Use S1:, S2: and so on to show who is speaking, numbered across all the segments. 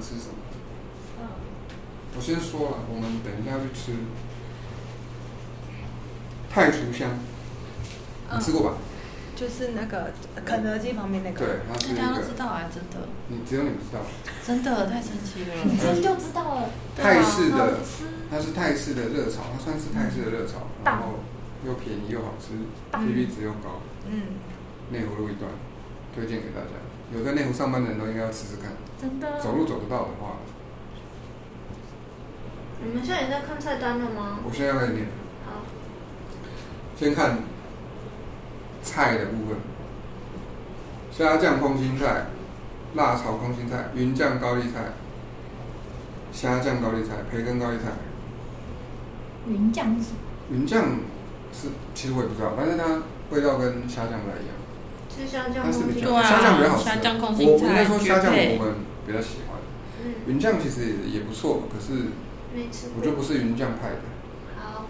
S1: 吃什么。
S2: 嗯，
S1: 我先说了，我们等一下去吃太厨香，
S2: 嗯
S1: 你吃过吧？
S2: 就是那个肯德基旁边那个。
S1: 对，它是一
S3: 大家都知
S1: 个，
S3: 道啊，真的，
S1: 你只有你不知道，
S3: 真的太神奇了。
S4: 你自己就知道了。
S3: 对啊
S1: 泰式的
S4: 好吃，
S1: 它是泰式的热炒，它算是泰式的热炒，然后又便宜又好吃，CP 值又高，
S2: 嗯，
S1: 内湖路一段，推荐给大家。有在内湖上班的人都应该要吃吃看，
S4: 真的。
S1: 走路走得到的话，
S5: 你们现在也在看菜单了吗？
S1: 我现在要开始念，
S5: 好，
S1: 先看菜的部分，虾酱空心菜、辣炒空心菜、云酱高丽菜、虾酱高丽菜、培根高丽菜。
S4: 云酱是什么
S1: 云酱是其实我也不知道，但是它味道跟虾酱不太一样。
S5: 吃虾酱
S1: 它是
S5: 空
S1: 比
S5: 心
S1: 较
S3: 对啊
S1: 虾酱比较好吃，
S3: 虾酱空心
S1: 我
S3: 菜
S1: 我应该说虾酱
S3: 绝配
S1: 我们比较喜欢，
S5: 嗯，
S1: 云酱其实也不错，可是
S5: 没吃过。
S1: 我就不是云酱派的。
S5: 好，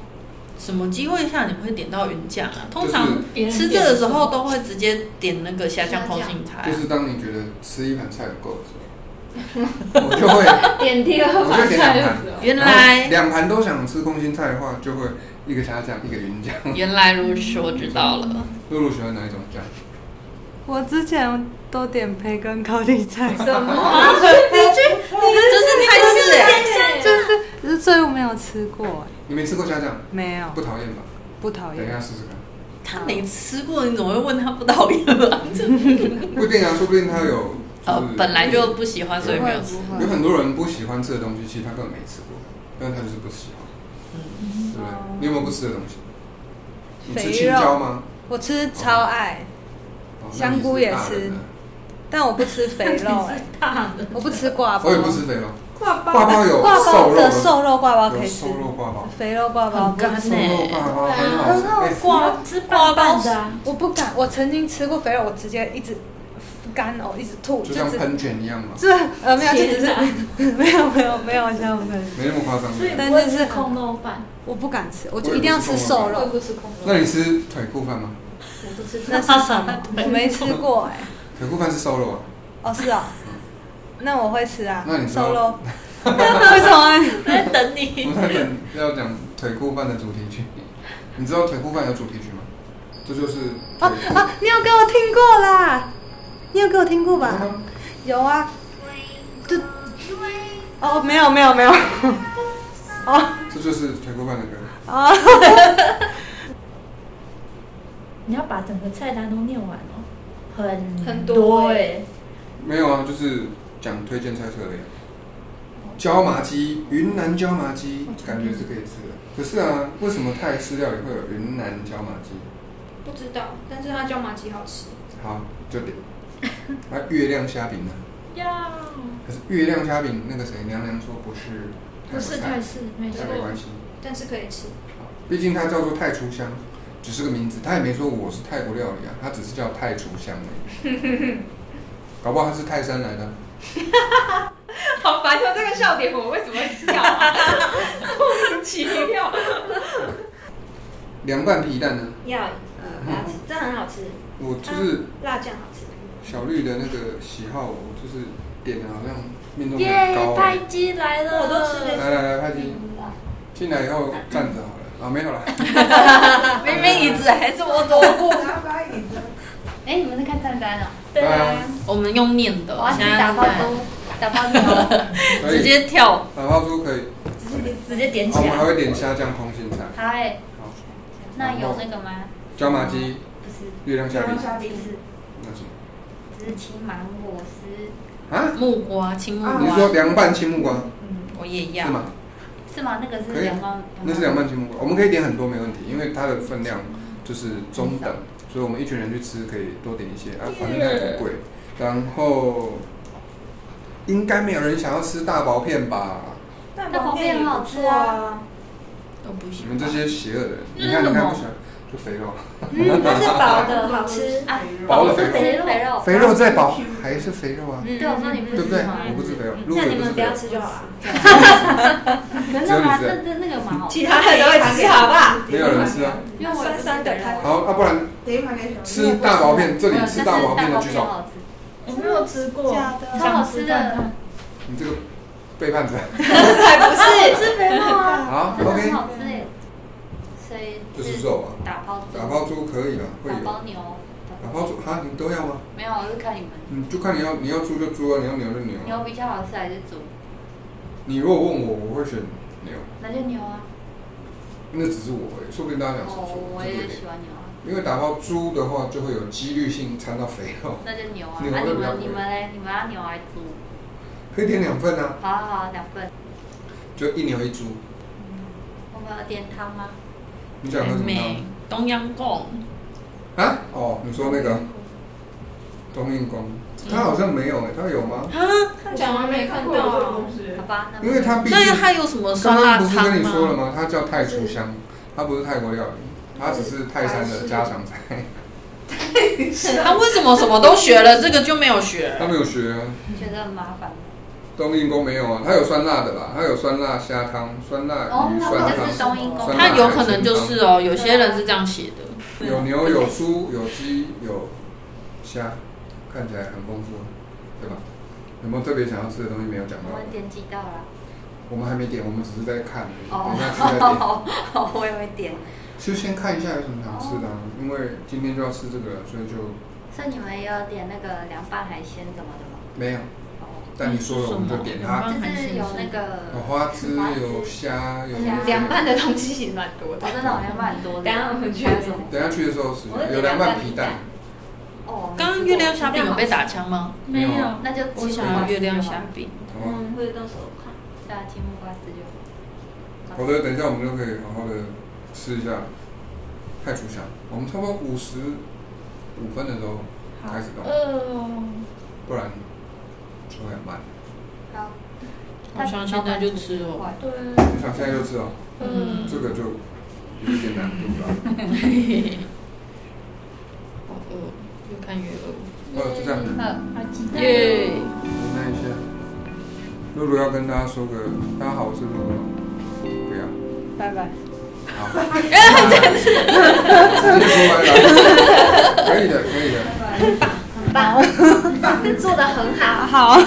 S3: 什么机会下你会点到云酱啊？通
S1: 就
S3: 常
S1: 是
S4: 别人
S3: 吃
S4: 点
S3: 这
S4: 的
S3: 个时候都会直接点那个虾酱空心菜啊、
S1: 就是当你觉得吃一盘菜不够的时候，我就会
S4: 点第二
S1: 我就
S4: 盘
S1: 点两
S4: 菜
S1: 盘
S4: 的时候，
S3: 原
S1: 然后
S3: 来
S1: 两盘都想吃空心菜的话，就会一个虾酱一个云酱。
S3: 原来如此，我知道
S4: 嗯
S3: 了。
S1: 露露喜欢哪一种酱？
S2: 我之前都点培根高丽菜，
S4: 什么？
S3: 就是泰式哎，
S2: 就是所以我没有吃过，
S1: 你没吃过虾酱，
S2: 没有，
S1: 不讨厌吧？
S2: 不讨
S1: 等一下
S2: 厌。
S1: 试试看，
S3: 他没吃过，你怎么会问他不讨厌啊？
S1: 不一定啊，说不定它有。就
S3: 哦
S1: 是，
S3: 本来就不喜欢，所以没有吃。
S2: 不
S1: 有很多人不喜欢吃的东西，其实他根本没吃过，但是他就是不喜欢。对不对？
S2: 嗯
S1: 你有没有不吃的东西？你吃青椒吗？
S2: 我吃超爱，
S1: 哦
S2: 香菇也吃。
S1: 那你是大人的
S2: 但我不吃肥 肉、哎，我不吃挂包，
S1: 我也不吃肥肉，
S5: 挂包
S1: 挂包有
S2: 挂包
S1: 瘦肉
S2: 的
S1: 吗，
S2: 瘦肉挂包可
S1: 有
S2: 以吃
S1: 瘦，肉挂包，
S2: 肥肉挂包
S3: 很干欸
S2: 不行
S1: 瘦肉挂包很好吃。哎
S3: 挂
S4: 吃棒棒的啊，
S2: 我不敢，我曾经吃过肥肉，我直接一直干呕，一直吐，
S1: 就
S2: 就
S1: 像
S2: 只
S1: 喷泉一样嘛，
S2: 这呃没有，就只是 没有没有没有这样分，
S1: 没那么夸张。
S4: 所以
S2: 但
S4: 不会
S2: 是
S4: 吃空肉饭，
S2: 我不敢吃，我
S1: 我
S2: 就
S1: 也
S2: 一定要
S1: 不吃
S2: 吃
S1: 空
S2: 瘦
S1: 肉
S4: 我
S2: 肉。
S4: 也不吃空肉，
S1: 那你吃腿裤饭吗？
S4: 我不吃
S2: 那
S4: 饭。
S2: 是什么？我没吃过哎、
S1: 腿裤饭是瘦肉啊，
S2: 哦是啊，那我会吃啊
S1: 那你，知道
S2: 瘦肉。为什么啊？
S3: 在等
S1: 我
S3: 你。
S1: 们原本要讲腿裤饭的主题曲，你知道腿裤饭有主题曲吗？这就是
S2: 啊
S1: 腿裤
S2: 啊！你有给我听过啦？你有给我听过吧？
S1: 有吗
S2: 有啊。这哦，没有没有没有。哦
S1: 这就是腿裤饭的歌。
S2: 哦，
S4: 你要把整个菜单都念完哦，很
S5: 很
S4: 多
S5: 多
S4: 哎、
S5: 欸
S1: 没有啊，就是讲推荐菜色而已啊。啊椒麻鸡，云南椒麻鸡，感觉是可以吃的。可是啊，为什么泰式料理会有云南椒麻鸡？
S5: 不知道，但是它椒麻鸡好吃。
S1: 好，就点。还有月亮虾 饼呢？
S4: 呀，
S1: 可是月亮虾饼那个谁娘娘说不是
S5: 不是泰
S1: 国菜，
S5: 式，没吃
S1: 但没
S5: 过
S1: 关，系，
S5: 但是可以吃。
S1: 好毕竟它叫做泰厨香，只是个名字，它也没说我是泰国料理啊，它只是叫泰厨香而已。搞不好它是泰山来的。
S5: 好烦哟！这个笑点我为什么会笑、啊？ 莫名其妙。
S1: 凉拌皮蛋呢？嗯
S5: 要，呃，要吃，这很好吃，
S1: 我就是。
S5: 辣酱好吃。
S1: 小绿的那个喜好，我就是点的好像命中率很
S4: 耶
S1: 高、，欸
S4: 派机来了，
S5: 我都吃了
S1: 来来来，派基，进来以后站着好了啊，没有 了，
S3: 明明椅子还这么多，
S4: 哎、你们在看菜单哦？
S1: 对啊，
S3: 我们用念的
S4: 我，要去
S3: 现在
S4: 打包
S3: 在
S4: 猪，打包猪哦，
S1: 可
S3: 直
S1: 以，
S3: 接跳。
S1: 打泡猪可以，
S4: 直接直接点
S1: 啊我
S4: 起
S1: 们还
S4: 来。
S1: 会点虾酱空心菜，
S4: 好哎、
S1: 好，
S4: 那有那个吗？
S1: 椒麻鸡、
S4: 不是，
S1: 月亮虾饼，
S4: 不是，
S1: 那什么
S4: 只是青芒果丝，
S1: 啊？
S3: 木瓜，青木
S1: 你是说
S3: 瓜，
S1: 凉拌青木瓜
S3: 我也要
S1: 是。吗？
S4: 是吗？那个是嗯
S1: 可以啊
S4: 两包，
S1: 那是凉拌青木瓜，我们可以点很多没问题，因为它的分量就是中等，所以我们一群人去吃可以多点一些啊，反正它也不贵。然后应该没有人想要吃大薄片吧？
S2: 蛋
S4: 薄片很好吃啊，
S3: 都不喜
S1: 你
S3: 欢
S1: 们这些邪恶的人，
S4: 那
S1: 你
S4: 是
S1: 看你
S4: 什
S1: 看
S4: 么
S1: 不喜欢就肥肉，
S2: 啊
S4: 嗯，它是薄的，
S5: 好吃
S4: 啊，
S1: 薄的
S4: 是
S1: 肥
S4: 肥
S5: 肉
S4: 哎肉，
S1: 肥肉再薄还是肥肉
S2: 嗯
S1: 啊，
S4: 对，我嗯说你不
S1: 对不
S4: 吃
S1: 对？
S4: 吗？
S1: 我不吃肥肉，如果
S5: 那
S1: 也
S5: 你
S1: 不是
S5: 们不
S1: 肥肉
S5: 要，吃就好了，
S4: 真的吗？那那那个蛮好吃，
S2: 其他人都会吃，好不好？
S1: 没有人吃啊。
S4: 因为我
S2: 酸酸的它
S1: 好，那不然吃大
S5: 嗯哦
S1: 薄片，这里吃大薄片的举手。
S4: 吃，
S5: 我没有吃过
S2: 假的
S4: 超好吃的，
S1: 你这个背叛者。
S2: 才不是，
S4: 吃肥肉啊！
S1: 好
S5: 真的
S1: ，OK，
S5: 很好吃哎，所以
S1: 这是肉啊，
S5: 打包猪
S1: 打包猪可以了，会
S5: 打
S1: 有。
S5: 包牛，
S1: 打包猪哈，你都要吗？
S5: 没有，我是看你们
S1: 嗯，就看你要你要猪就猪啊，你要牛就牛啊。
S5: 牛比较好吃还是猪？
S1: 你如果问我，我会选牛，
S5: 那就牛啊，
S1: 那只是我而已，说不定大家想吃猪
S5: 哦，，我
S1: 这不一
S5: 也
S1: 定
S5: 喜欢牛啊，
S1: 因为打包猪的话，就会有几率性掺到肥肉，
S5: 那就牛啊。
S1: 牛
S5: 那
S1: 会
S5: 你
S1: 比较
S5: 们你们嘞？你们要牛还是猪？
S1: 可以点两份啊，
S5: 好好好，两份。
S1: 就一牛一猪。
S5: 我们要点汤吗？
S1: 你想喝什么
S3: 美
S1: 汤
S3: 东阳贡，
S1: 啊？哦，你说那个冬阴功，
S5: 嗯
S1: 它好像没有哎、它有吗？
S6: 看起来我还没看过这个东西
S5: 好。吧，那
S1: 因为它毕竟
S3: 那它有什么酸
S1: 刚
S3: 辣
S1: 刚不是
S3: 汤
S1: 跟你说了
S3: 吗？
S1: 吗？它叫泰厨香，它不是泰国料理，它只是泰山的家常菜。
S3: 他为什么什么都学了，这个就没有学？
S1: 他没有学啊，
S5: 觉得很麻烦。
S1: 冬阴功没有啊，它有酸辣的啦，它有酸辣虾汤、酸辣
S5: 哦
S1: 鱼、，嗯
S5: 那
S1: 酸
S5: 我
S1: 汤
S5: 就是冬阴功
S1: 酸
S3: 哦他
S1: 辣
S3: 有可能就是哦，有些人是这样写的。
S5: 啊
S1: 有牛、有猪、有鸡、有虾，看起来很丰富，对吧？有没有特别想要吃的东西没有讲
S5: 我
S1: 到？
S5: 们点鸡蛋啦。
S1: 我们还没点，我们只是在看，等一 下吃再点。
S5: 哦，我也会点。
S1: 就先看一下有什么想吃的、啊，
S5: 哦
S1: 因为今天就要吃这个了，所以就
S5: 所以你们也有点那个凉拌海鲜什么的吗？
S1: 没有。
S5: 哦，
S1: 但你说了，我们就点它。
S5: 就是有那个
S1: 有花枝，
S5: 花枝
S1: 有虾，有
S5: 虾
S6: 凉拌的东西其实蛮多的
S5: 哦，，真的好像蛮多的。
S6: 等一下我们去
S5: 还有什么？
S1: 等一下去的时候是
S5: 我会点
S1: 有凉拌皮蛋，
S5: 哦，
S3: 刚刚月亮虾饼有被打枪吗？
S1: 没
S4: 没
S1: 有
S4: 有
S1: 啊，
S5: 那就
S3: 我想要月亮虾，饼。
S1: 好吧？
S5: 嗯
S6: 会到时候看。
S5: 对啊，青木瓜丝就
S1: 好的，等一下我们就可以好好的吃一下太厨香。我们差不多五十五分的时候开始动，
S4: 呃，
S1: 不然就会很慢。
S5: 好。
S3: 我想现在就吃哦。
S5: 快
S4: 对，
S1: 你想现在就吃哦，
S4: 嗯，
S1: 这个就有一点难度了。
S3: 好饿，越哦嗯看嗯越饿。
S1: 哦，就这样，
S5: 嗯
S4: 好期待哦。
S3: 耶！
S1: 忍耐一下。露露要跟大家说个，大家好，我是露露，不要。
S3: 拜拜。
S1: 好，真的说完了，可以的，可以的。
S4: 棒，做的很好。
S2: 好，